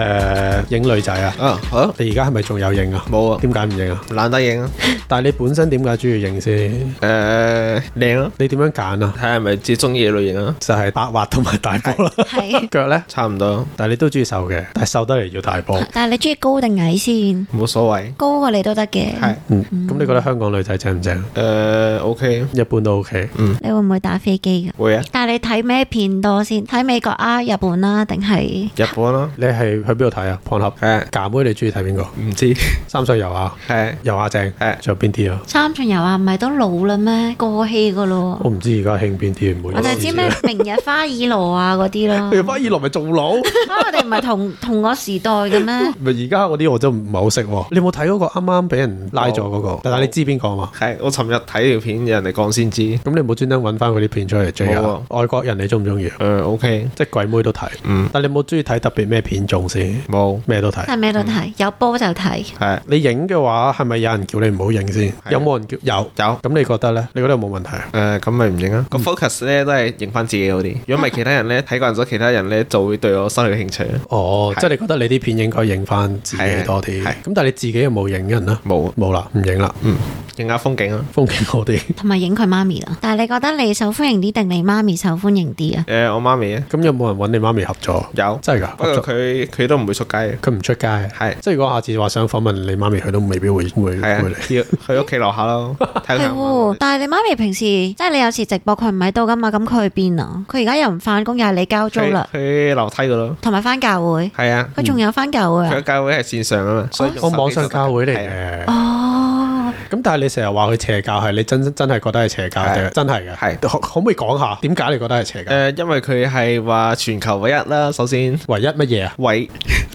[SPEAKER 3] 影女仔啊？
[SPEAKER 1] 啊，好啊，
[SPEAKER 3] 你而家係咪仲有影啊？
[SPEAKER 1] 冇啊
[SPEAKER 3] 點解唔影啊？
[SPEAKER 1] 懶得影啊，
[SPEAKER 3] 但係你本身點解中意影先？
[SPEAKER 1] 誒靚咯，
[SPEAKER 3] 你點樣揀啊
[SPEAKER 1] 睇？下係咪自己中意嘅類型啊，
[SPEAKER 3] 就係白滑同埋大波啦。
[SPEAKER 2] 係，
[SPEAKER 3] 腳咧，
[SPEAKER 1] 差唔多，
[SPEAKER 3] 但係你都中意瘦嘅，但係瘦得嚟要大波。
[SPEAKER 2] 但係你中意高定矮先？
[SPEAKER 1] 冇所謂，
[SPEAKER 2] 高過你都得嘅。
[SPEAKER 1] 係
[SPEAKER 3] 嗯，咁你覺得香港女仔正唔正？
[SPEAKER 1] 誒 Ờ, OK，
[SPEAKER 3] 一般都 OK。
[SPEAKER 2] 你會唔會打飛機㗎？
[SPEAKER 1] 會啊，
[SPEAKER 2] 但係你睇咩片多先？睇美國啊、日本啦、定係
[SPEAKER 1] 日本咯，
[SPEAKER 3] 你係去邊度睇啊？胖盒
[SPEAKER 1] 誒
[SPEAKER 3] 假妹，你中意睇邊個？
[SPEAKER 1] 唔知
[SPEAKER 3] 三水游啊，
[SPEAKER 1] 係
[SPEAKER 3] 游下正，
[SPEAKER 1] 誒
[SPEAKER 3] 仲有邊啲啊？
[SPEAKER 2] 三巡遊啊？唔係都老啦咩？過氣㗎咯
[SPEAKER 3] 我。唔知而家興邊啲，哦唔好意
[SPEAKER 2] 我就係知咩
[SPEAKER 3] 思。
[SPEAKER 2] 明日花绮羅啊嗰啲咯。
[SPEAKER 3] 你花二郎咪仲 老？
[SPEAKER 2] 啊我哋唔係同同個時代嘅咩？
[SPEAKER 3] 咪而家嗰啲我真唔係好識喎。哦你有冇睇嗰個啱啱俾人拉咗嗰個？但係你知邊個啊嘛？
[SPEAKER 1] 係，我尋日睇條片，有人嚟講先知，誒
[SPEAKER 3] 咁你冇專登揾翻嗰啲片出嚟追啊
[SPEAKER 1] 冇？
[SPEAKER 3] 外國人你中唔中意啊？
[SPEAKER 1] Ờ, OK，
[SPEAKER 3] 即係鬼妹都睇，
[SPEAKER 1] 嗯，
[SPEAKER 3] 但你有冇中意睇特別咩片種先？
[SPEAKER 1] 冇，
[SPEAKER 3] 咩都睇。
[SPEAKER 2] 但係咩都睇，有波就睇。
[SPEAKER 1] 係
[SPEAKER 3] 你影嘅話，係咪有人叫你唔好影先？
[SPEAKER 1] 係
[SPEAKER 3] 有冇人叫？有。
[SPEAKER 1] 有。
[SPEAKER 3] 咁你覺得呢？你覺得有冇問題啊？
[SPEAKER 1] 誒咁咪唔影啊！個 focus 咧都係影翻自己嗰啲，如果唔係其他人咧睇慣咗其他人咧，就會對我失去興趣啦。
[SPEAKER 3] 哦，
[SPEAKER 1] 係
[SPEAKER 3] 即係你覺得你啲片應該影翻自己多啲。
[SPEAKER 1] 係係
[SPEAKER 3] 咁但係你自己有冇影人啊？
[SPEAKER 1] 冇，
[SPEAKER 3] 冇啦，唔影啦，
[SPEAKER 1] 嗯，影下風景啊！
[SPEAKER 3] 風景好啲。
[SPEAKER 2] 同埋影佢媽咪啦，但係你覺得你受歡迎啲定你媽咪受歡迎啲啊？
[SPEAKER 1] 誒、我媽咪啊，
[SPEAKER 3] 咁有冇人揾你媽咪合作？
[SPEAKER 1] 有，
[SPEAKER 3] 真係㗎，
[SPEAKER 1] 不過
[SPEAKER 3] 合作
[SPEAKER 1] 佢佢都唔會出街嘅，
[SPEAKER 3] 佢唔出街。
[SPEAKER 1] 係
[SPEAKER 3] 即係如果下次話想訪問你媽咪，佢都未必會會
[SPEAKER 1] 係啊，
[SPEAKER 3] 會嚟。
[SPEAKER 1] 要去屋企樓下咯，睇
[SPEAKER 2] 係
[SPEAKER 1] 下
[SPEAKER 2] 喎，但係你媽咪平時即係你有時直播佢唔喺度噶嘛，咁佢去邊啊？佢而家又唔翻工，又係你交租啦，
[SPEAKER 1] 去樓梯噶咯，
[SPEAKER 2] 同埋翻教會，
[SPEAKER 1] 係啊，
[SPEAKER 2] 佢仲有翻教會
[SPEAKER 1] 佢
[SPEAKER 2] 啊？
[SPEAKER 1] 教會係線上啊嘛，所以
[SPEAKER 3] 我網上教會嚟
[SPEAKER 1] 係啊
[SPEAKER 3] 嘅。
[SPEAKER 2] 哦，
[SPEAKER 3] 咁但係你成日話佢邪教係你真真係覺得係邪教定係
[SPEAKER 1] 係
[SPEAKER 3] 真係嘅？
[SPEAKER 1] 係
[SPEAKER 3] 可可唔可以講下點解你覺得係邪
[SPEAKER 1] 誒、
[SPEAKER 3] 教？
[SPEAKER 1] 因為佢係話全球唯一啦，首先
[SPEAKER 3] 唯一乜嘢啊？
[SPEAKER 1] 唯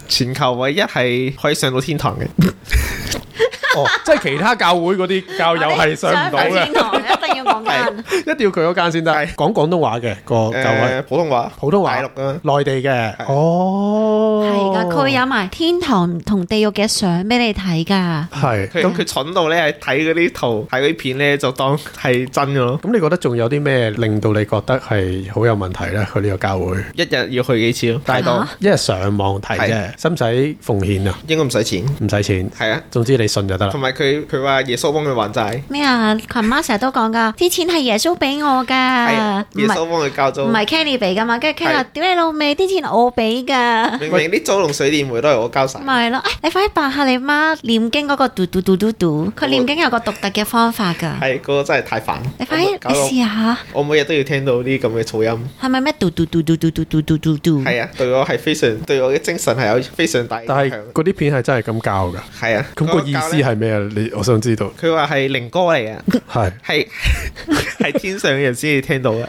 [SPEAKER 1] 全球唯一係可以上到天堂嘅，
[SPEAKER 3] 哦， 即係其他教會嗰啲教友係上唔到
[SPEAKER 2] 上
[SPEAKER 3] 嘅
[SPEAKER 2] 天，堂一定要講緊。
[SPEAKER 3] 一定要佢嗰間先得。講廣東話嘅個
[SPEAKER 1] 誒、
[SPEAKER 3] 教會，
[SPEAKER 1] 普通話，
[SPEAKER 3] 普通話
[SPEAKER 1] 大陸啊嘛。
[SPEAKER 3] 內地嘅。哦，
[SPEAKER 2] 係噶，佢有埋天堂同地獄嘅相俾你睇噶。
[SPEAKER 3] 係
[SPEAKER 1] 佢
[SPEAKER 3] 咁
[SPEAKER 1] 咁佢蠢到咧，睇嗰啲圖，睇嗰啲片咧，就當係真嘅咯。
[SPEAKER 3] 咁，你覺得仲有啲咩令到你覺得係好有問題咧？佢呢個教會，
[SPEAKER 1] 一日要去幾次咯？大到
[SPEAKER 2] 啊
[SPEAKER 3] 一係上網睇啫，使唔使奉獻啊？
[SPEAKER 1] 應該唔使錢，
[SPEAKER 3] 唔使錢，
[SPEAKER 1] 係啊。
[SPEAKER 3] 總之你信就得啦
[SPEAKER 1] 同。埋佢佢話耶穌幫佢還債，
[SPEAKER 2] 咩啊？群媽成日都講噶，啲錢係耶穌俾我
[SPEAKER 1] 係
[SPEAKER 2] 噶
[SPEAKER 1] 啊，，
[SPEAKER 2] 唔
[SPEAKER 1] 耶
[SPEAKER 2] 係
[SPEAKER 1] 穌幫佢交租
[SPEAKER 2] 唔。係 Kenny 俾噶嘛？跟住 Kenny 話：
[SPEAKER 1] 係
[SPEAKER 2] 屌你老味，啲錢我俾噶。
[SPEAKER 1] 明明啲租同水電煤都係我交晒，
[SPEAKER 2] 咪係咯，哎你快啲扮下你媽念經嗰個嘟嘟嘟嘟嘟，佢念經有個獨特嘅方法噶。
[SPEAKER 1] 係嗰個真係太煩。
[SPEAKER 2] 你快啲，
[SPEAKER 1] 搞
[SPEAKER 2] 你
[SPEAKER 1] 到
[SPEAKER 2] 試下，
[SPEAKER 1] 我每日都要聽到啲咁嘅噪音，
[SPEAKER 2] 係咪咩嘟嘟嘟嘟嘟嘟嘟嘟嘟嘟？
[SPEAKER 1] 係啊，對我係非
[SPEAKER 2] 嗯
[SPEAKER 1] 常對我嘅精神係有非常大影
[SPEAKER 3] 但係
[SPEAKER 1] 響。
[SPEAKER 3] 嗰啲片係真係咁教㗎。
[SPEAKER 1] 係啊，
[SPEAKER 3] 咁
[SPEAKER 1] 嗰
[SPEAKER 3] 個意思
[SPEAKER 1] 教呢，
[SPEAKER 3] 係咩啊？你我想知 道。
[SPEAKER 1] 佢話係靈歌嚟 啊，
[SPEAKER 3] 係，
[SPEAKER 1] 係係天上嘅人先至聽到嘅。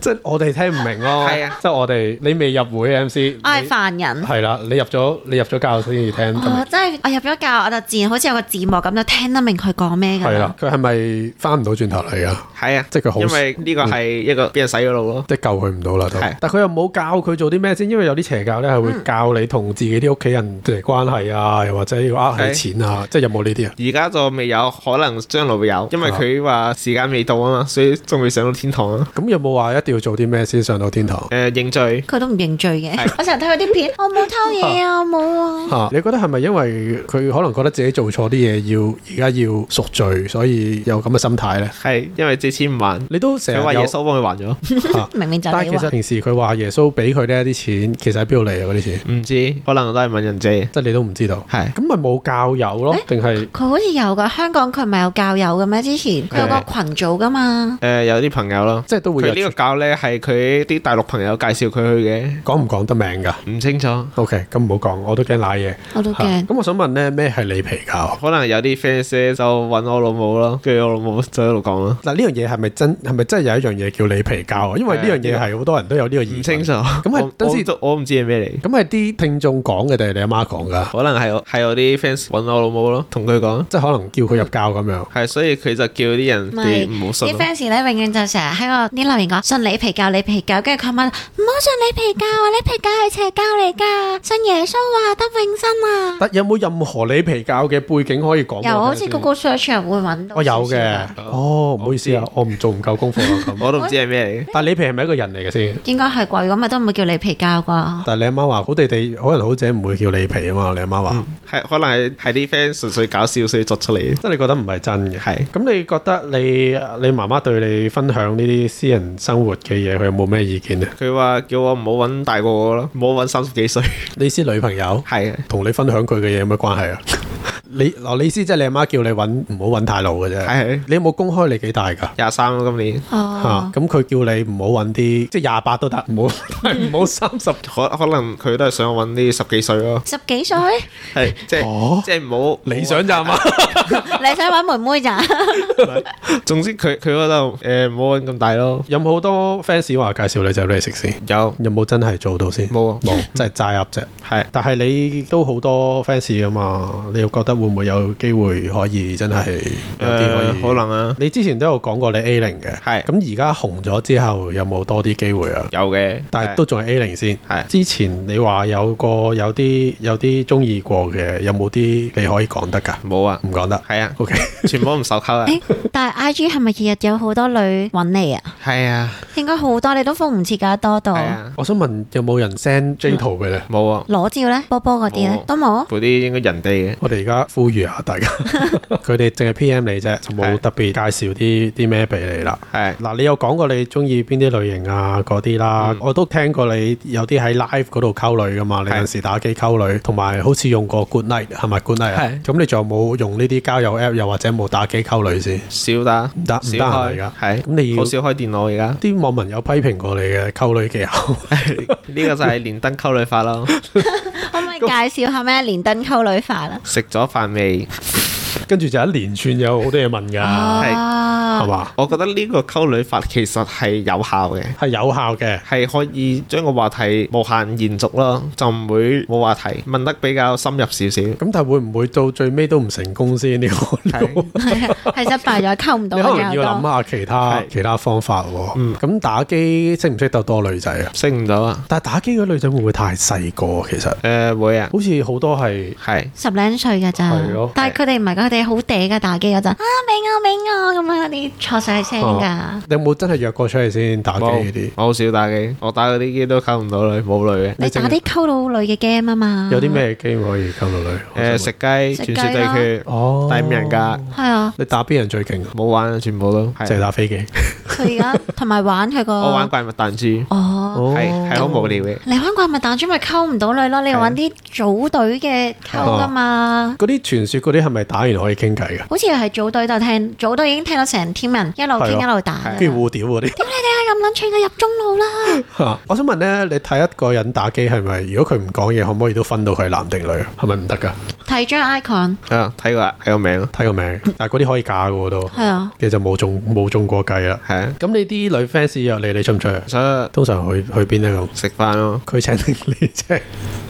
[SPEAKER 3] 即係我哋聽唔明咯。
[SPEAKER 1] 係啊
[SPEAKER 3] 即係我哋你未入會 M C，
[SPEAKER 2] 我係凡人。
[SPEAKER 3] 係啦，你入咗你入咗教先至聽得明
[SPEAKER 2] 哦，即係我入咗教，我就自然好似有個字幕咁，就聽得明佢講咩噶
[SPEAKER 3] 係啦，。佢係咪翻唔到轉頭嚟啊？
[SPEAKER 1] 係啊，
[SPEAKER 3] 即係佢好
[SPEAKER 1] 因為呢個係一個俾人洗咗腦咯。
[SPEAKER 3] 即係救佢唔到啦都
[SPEAKER 1] 係。嗯
[SPEAKER 3] 但佢又冇教佢做啲咩先，因為有啲邪教咧係會教你同自己啲屋企人嘅關係啊，又或者要呃你錢啊，即係有冇呢啲啊？
[SPEAKER 1] 而家就未有，可能將來會有，因為
[SPEAKER 3] 啊
[SPEAKER 1] 佢話時間未到啊嘛，所以仲未上到天堂啊。
[SPEAKER 3] 咁有冇話一定要做啲咩先上到天堂
[SPEAKER 1] 誒、認罪
[SPEAKER 2] 佢都唔認罪嘅
[SPEAKER 1] 係。
[SPEAKER 2] 我成日睇佢啲片，我冇偷嘢啊，我冇啊。
[SPEAKER 1] 嗯
[SPEAKER 3] 啊？你覺得係咪因為佢可能覺得自己做錯啲嘢，要而家要贖罪，所以有咁嘅心態咧？
[SPEAKER 1] 係因為借錢唔還，
[SPEAKER 3] 你都成日
[SPEAKER 1] 佢話
[SPEAKER 3] 有
[SPEAKER 1] 耶穌幫佢還咗，
[SPEAKER 3] 啊
[SPEAKER 2] 明明就係
[SPEAKER 3] 但係
[SPEAKER 2] 你
[SPEAKER 3] 其
[SPEAKER 2] 話
[SPEAKER 3] 實平時佢話耶穌俾佢呢啲錢，其實喺邊度嚟啊？嗰啲錢，
[SPEAKER 1] 唔知可能都係問人借。
[SPEAKER 3] 即係你都唔知道。
[SPEAKER 1] 係
[SPEAKER 3] 咁咪冇教友咯？定係
[SPEAKER 2] 佢好似有噶，香港佢唔係有教友嘅咩？之前佢有個群組噶嘛
[SPEAKER 1] 誒、，有啲朋友咯，
[SPEAKER 3] 即係都會
[SPEAKER 1] 佢呢
[SPEAKER 3] 有
[SPEAKER 1] 個教呢，係佢啲大陸朋友介紹佢去嘅，
[SPEAKER 3] 講唔講得名㗎
[SPEAKER 1] 唔清楚，
[SPEAKER 3] ？OK，咁唔好講，我都驚賴嘢。
[SPEAKER 2] 我都
[SPEAKER 3] 嚇
[SPEAKER 2] 驚。
[SPEAKER 3] 咁我想問咧，咩係你皮教？
[SPEAKER 1] 可能有啲 fans 咧就揾我老母咯，跟住我老母就喺度講咯，
[SPEAKER 3] 嗱呢樣嘢係咪真係咪真係有一樣嘢叫你皮教啊？因為呢樣嘢係好多人都有呢個疑
[SPEAKER 1] 唔
[SPEAKER 3] 問。
[SPEAKER 1] 清楚。咁
[SPEAKER 3] 係等先
[SPEAKER 1] 我唔知係咩嚟，
[SPEAKER 3] 咁係啲聽眾講嘅定係你阿媽講㗎？
[SPEAKER 1] 可能係我係我啲 fans 揾我老母咯，同佢講，
[SPEAKER 3] 即係可能叫佢入教咁樣。
[SPEAKER 1] 係所以佢就叫啲人
[SPEAKER 2] 唔係
[SPEAKER 1] 哋唔好信
[SPEAKER 2] 啲
[SPEAKER 1] 咯。
[SPEAKER 2] fans 咧，永遠就成日喺個啲留言講信你皮教你皮教，跟住佢問唔好信你皮教啊，你皮教係邪教嚟㗎，信耶穌啊得永生啊。
[SPEAKER 3] 但有冇任何你皮教嘅背景可以講？
[SPEAKER 2] 又好似 Google search 人會揾到。
[SPEAKER 3] 我有嘅。哦，唔好意思啊，我唔做唔夠功課啊咁。
[SPEAKER 1] 我都唔知係咩嚟嘅。
[SPEAKER 3] 但你皮係咪一個人嚟嘅先？
[SPEAKER 2] 應該係啩，如果咪都唔會叫你皮教啩。
[SPEAKER 3] 但你阿媽話好地地，可能好姐唔會叫你皮啊嘛。你阿媽話，
[SPEAKER 1] 係可能係係啲 friend 純粹搞笑所以作出嚟嘅。
[SPEAKER 3] 即係你覺得唔係真嘅。
[SPEAKER 1] 係
[SPEAKER 3] 咁你覺得你你媽媽對你分享呢啲私人生活嘅嘢，佢有冇咩意見咧？
[SPEAKER 1] 佢話叫我唔好揾大過我咯，唔好揾三十幾歲。
[SPEAKER 3] 你先女朋友
[SPEAKER 1] 係啊
[SPEAKER 3] 同你分享佢嘅嘢有咩關係啊？ 你嗱，你意思即係你阿媽叫你揾唔好揾太老嘅啫。
[SPEAKER 1] 係
[SPEAKER 3] 你有冇公開你幾大㗎？
[SPEAKER 1] 廿三咯，今年
[SPEAKER 3] 嚇
[SPEAKER 2] 哦，
[SPEAKER 3] 咁佢叫你唔好揾啲即係廿八都得， 唔好唔好三十。
[SPEAKER 1] 可可能佢都係想揾啲十幾歲咯，
[SPEAKER 2] 十幾歲？
[SPEAKER 1] 係 即係、
[SPEAKER 3] 哦
[SPEAKER 1] 即係唔好
[SPEAKER 3] 理。想咋嘛？
[SPEAKER 2] 你想揾妹妹咋？
[SPEAKER 1] 總之佢佢嗰度誒唔好揾咁大咯。
[SPEAKER 3] 有冇好多 fans 話介紹你仔俾你食先？
[SPEAKER 1] 有
[SPEAKER 3] 有冇真係做到先？
[SPEAKER 1] 冇啊？
[SPEAKER 3] 冇，真係齋噏啫。
[SPEAKER 1] 係
[SPEAKER 3] 但係你都好多 fans 噶嘛，你又覺得會唔會有機會可以真係有啲可
[SPEAKER 1] 誒
[SPEAKER 3] 以？
[SPEAKER 1] 可能啊，
[SPEAKER 3] 你之前都有講過你 A 零嘅，
[SPEAKER 1] 係
[SPEAKER 3] 咁而家紅咗之後有冇多啲機會啊？
[SPEAKER 1] 有嘅，
[SPEAKER 3] 但係都仲係 A 零先。
[SPEAKER 1] 係
[SPEAKER 3] 之前你話有個有啲有啲中意過嘅，有冇啲你可以講得㗎？
[SPEAKER 1] 冇啊
[SPEAKER 3] 唔，講得。
[SPEAKER 1] 係 啊，
[SPEAKER 3] OK，
[SPEAKER 1] 全部都唔受溝啊，
[SPEAKER 2] 誒，但係 I G 係咪日日有好多女揾你啊？
[SPEAKER 1] 係啊，
[SPEAKER 2] 應該好多，你都封唔切㗎，多到
[SPEAKER 1] 係。啊，
[SPEAKER 3] 我想問有冇人 send J 圖俾你？
[SPEAKER 1] 冇啊，
[SPEAKER 2] 裸照咧，波波嗰啲咧
[SPEAKER 1] 冇
[SPEAKER 2] 都 冇。
[SPEAKER 1] 嗰啲應該人哋嘅。
[SPEAKER 3] 我哋而家呼籲 下大家，佢哋淨係 P.M 你啫，就冇
[SPEAKER 1] 係
[SPEAKER 3] 特別介紹啲啲咩俾你啦。
[SPEAKER 1] 係
[SPEAKER 3] 嗱，你有講過你中意邊啲類型啊嗰啲啦，我都聽過你有啲喺 live 嗰度溝女噶嘛，你有
[SPEAKER 1] 係
[SPEAKER 3] 陣時打機溝女，同埋好似用過 Good Night 係咪 Good Night 啊
[SPEAKER 1] 係？
[SPEAKER 3] 咁你仲有冇用呢啲交友 app，又或者冇打機溝女先？
[SPEAKER 1] 少打，唔
[SPEAKER 3] 得唔得
[SPEAKER 1] 少
[SPEAKER 3] 閒啊而
[SPEAKER 1] 開
[SPEAKER 3] 家
[SPEAKER 1] 係
[SPEAKER 3] 咁你要，
[SPEAKER 1] 好少開電腦而家
[SPEAKER 3] 啲網民有批評過你嘅 溝女技巧，
[SPEAKER 1] 呢個就係連登溝女法咯。
[SPEAKER 2] 可唔可以介紹下咩連登溝女啊法啦？
[SPEAKER 1] 食咗飯未？
[SPEAKER 3] 跟住就一連串有好多嘢問㗎，係
[SPEAKER 2] 哦，
[SPEAKER 3] 嘛？
[SPEAKER 1] 我覺得呢個溝女法其實係有效嘅，
[SPEAKER 3] 係有效嘅。
[SPEAKER 1] 係可以將個話題無限延續咯，就唔會冇話題，問得比較深入少少。
[SPEAKER 3] 咁但係會唔會到最尾都唔成功先？呢個呢個
[SPEAKER 1] 係
[SPEAKER 2] 係啊係失敗咗，溝唔到
[SPEAKER 3] 你可能
[SPEAKER 2] 嘅
[SPEAKER 3] 要
[SPEAKER 2] 有
[SPEAKER 3] 諗啊
[SPEAKER 2] 多。
[SPEAKER 3] 下其他
[SPEAKER 1] 係
[SPEAKER 3] 其他方法喎。
[SPEAKER 1] 嗯
[SPEAKER 3] 咁打機識唔識得多女仔啊？
[SPEAKER 1] 識唔到啊？
[SPEAKER 3] 但係打機嗰女仔會唔會太細個啊？其實
[SPEAKER 1] 誒、會啊，
[SPEAKER 3] 好似好多係
[SPEAKER 1] 係
[SPEAKER 2] 十零歲㗎咋
[SPEAKER 3] 係咯，
[SPEAKER 2] 但係佢哋唔係㗎，佢哋好嗲㗎打機嗰陣，啊俾我俾我咁樣嗰啲錯晒聲㗎。
[SPEAKER 3] 你有冇真係約過出去先打機嗰
[SPEAKER 1] 冇
[SPEAKER 3] 啲？，
[SPEAKER 1] 我好少打機，我打嗰啲機都溝唔到女，冇女嘅。
[SPEAKER 2] 你打啲溝到女嘅 game 啊嘛。
[SPEAKER 3] 有啲？咩 game 可以溝到女？
[SPEAKER 1] 誒、食雞、
[SPEAKER 2] 食雞
[SPEAKER 1] 傳説對決、
[SPEAKER 3] 哦
[SPEAKER 1] 第五人格，
[SPEAKER 2] 係啊，
[SPEAKER 3] 你打邊人最勁啊？
[SPEAKER 1] 冇玩啊，全部都
[SPEAKER 3] 就係
[SPEAKER 1] 係。
[SPEAKER 3] 打飛機。
[SPEAKER 2] 佢而家同埋玩 佢個。
[SPEAKER 1] 我玩怪物彈珠，
[SPEAKER 2] 哦。
[SPEAKER 3] 哦
[SPEAKER 1] 係係好無聊嘅。
[SPEAKER 2] 你玩怪物彈珠咪溝唔到女咯？你要揾啲組隊嘅溝㗎嘛。
[SPEAKER 3] 嗰啲傳說嗰啲係咪打完可以傾偈
[SPEAKER 2] 好似係組隊就聽，組隊已經聽到成 team 人一路
[SPEAKER 3] 係
[SPEAKER 2] 傾
[SPEAKER 3] 咯
[SPEAKER 2] 一路打㗎
[SPEAKER 3] 嘅？
[SPEAKER 2] 啦。
[SPEAKER 3] 跟住互屌嗰啲。
[SPEAKER 2] 屌你哋啊！咁撚串嘅入中路啦！
[SPEAKER 3] 嚇 我想問咧，你睇一個人打機係咪？如果佢唔講嘢，可唔可以都分到佢係男定女啊？係咪唔得㗎？
[SPEAKER 2] 睇張 icon
[SPEAKER 1] 啊，睇過啊睇個名咯，
[SPEAKER 3] 睇個名，但係嗰啲可以假嘅喎都。
[SPEAKER 2] 係啊，
[SPEAKER 3] 其實就冇中冇中過計啦。
[SPEAKER 1] 係啊，
[SPEAKER 3] 咁你啲女 fans 約你，你出唔出啊？
[SPEAKER 1] 所以
[SPEAKER 3] 通常去去邊咧咁？
[SPEAKER 1] 食飯咯，
[SPEAKER 3] 佢請定你 啫，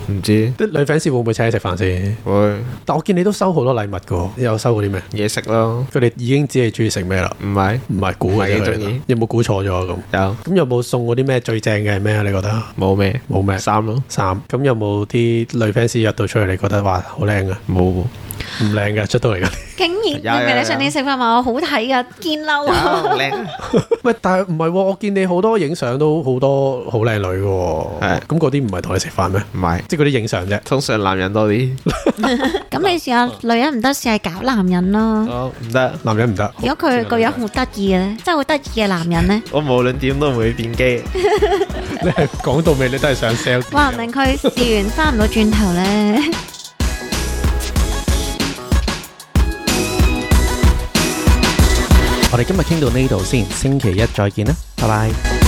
[SPEAKER 1] 唔知
[SPEAKER 3] 啲女 fans 會唔會請你食飯先？
[SPEAKER 1] 會
[SPEAKER 3] 但我見你都收好多禮物嘅喎，你有收過啲咩？
[SPEAKER 1] 嘢食咯，
[SPEAKER 3] 佢哋已經知你中意食咩啦，
[SPEAKER 1] 唔係
[SPEAKER 3] 唔係估嘅
[SPEAKER 1] 係
[SPEAKER 3] 啫佢哋
[SPEAKER 1] 中意
[SPEAKER 3] 有冇估錯咗啊咁？
[SPEAKER 1] 有
[SPEAKER 3] 咁有冇送嗰啲咩最正嘅係咩啊？你覺得
[SPEAKER 1] 冇咩
[SPEAKER 3] 冇咩
[SPEAKER 1] 衫咯，
[SPEAKER 3] 衫？咁有冇啲女 fans 約到出嚟？你覺得哇好靚啊？
[SPEAKER 1] 冇喎
[SPEAKER 3] 唔靚嘅出到嚟嘅。
[SPEAKER 2] 竟然
[SPEAKER 1] 有有
[SPEAKER 2] 你明你上年食飯話我好睇噶，堅嬲啊！
[SPEAKER 1] 有靚
[SPEAKER 3] 喂，但係唔係喎？我見你好多影相都好多好靚女嘅喎。
[SPEAKER 1] 係
[SPEAKER 3] 咁嗰啲唔係同你食飯咩？
[SPEAKER 1] 唔係，
[SPEAKER 3] 即係嗰啲影相啫。
[SPEAKER 1] 通常男人多啲，
[SPEAKER 2] 咁你試下女人唔得，試下搞男人咯。
[SPEAKER 1] 哦唔得，
[SPEAKER 3] 男人唔得。
[SPEAKER 2] 如果佢個樣好得意嘅咧，真係好得意嘅男人咧，
[SPEAKER 1] 我無論點都唔會變基，
[SPEAKER 3] 你係講到尾，你都係想 sell 自己。
[SPEAKER 2] 話唔定佢試完翻唔到轉頭咧。
[SPEAKER 4] 我哋今日傾到呢度先，星期一再見啦，拜拜。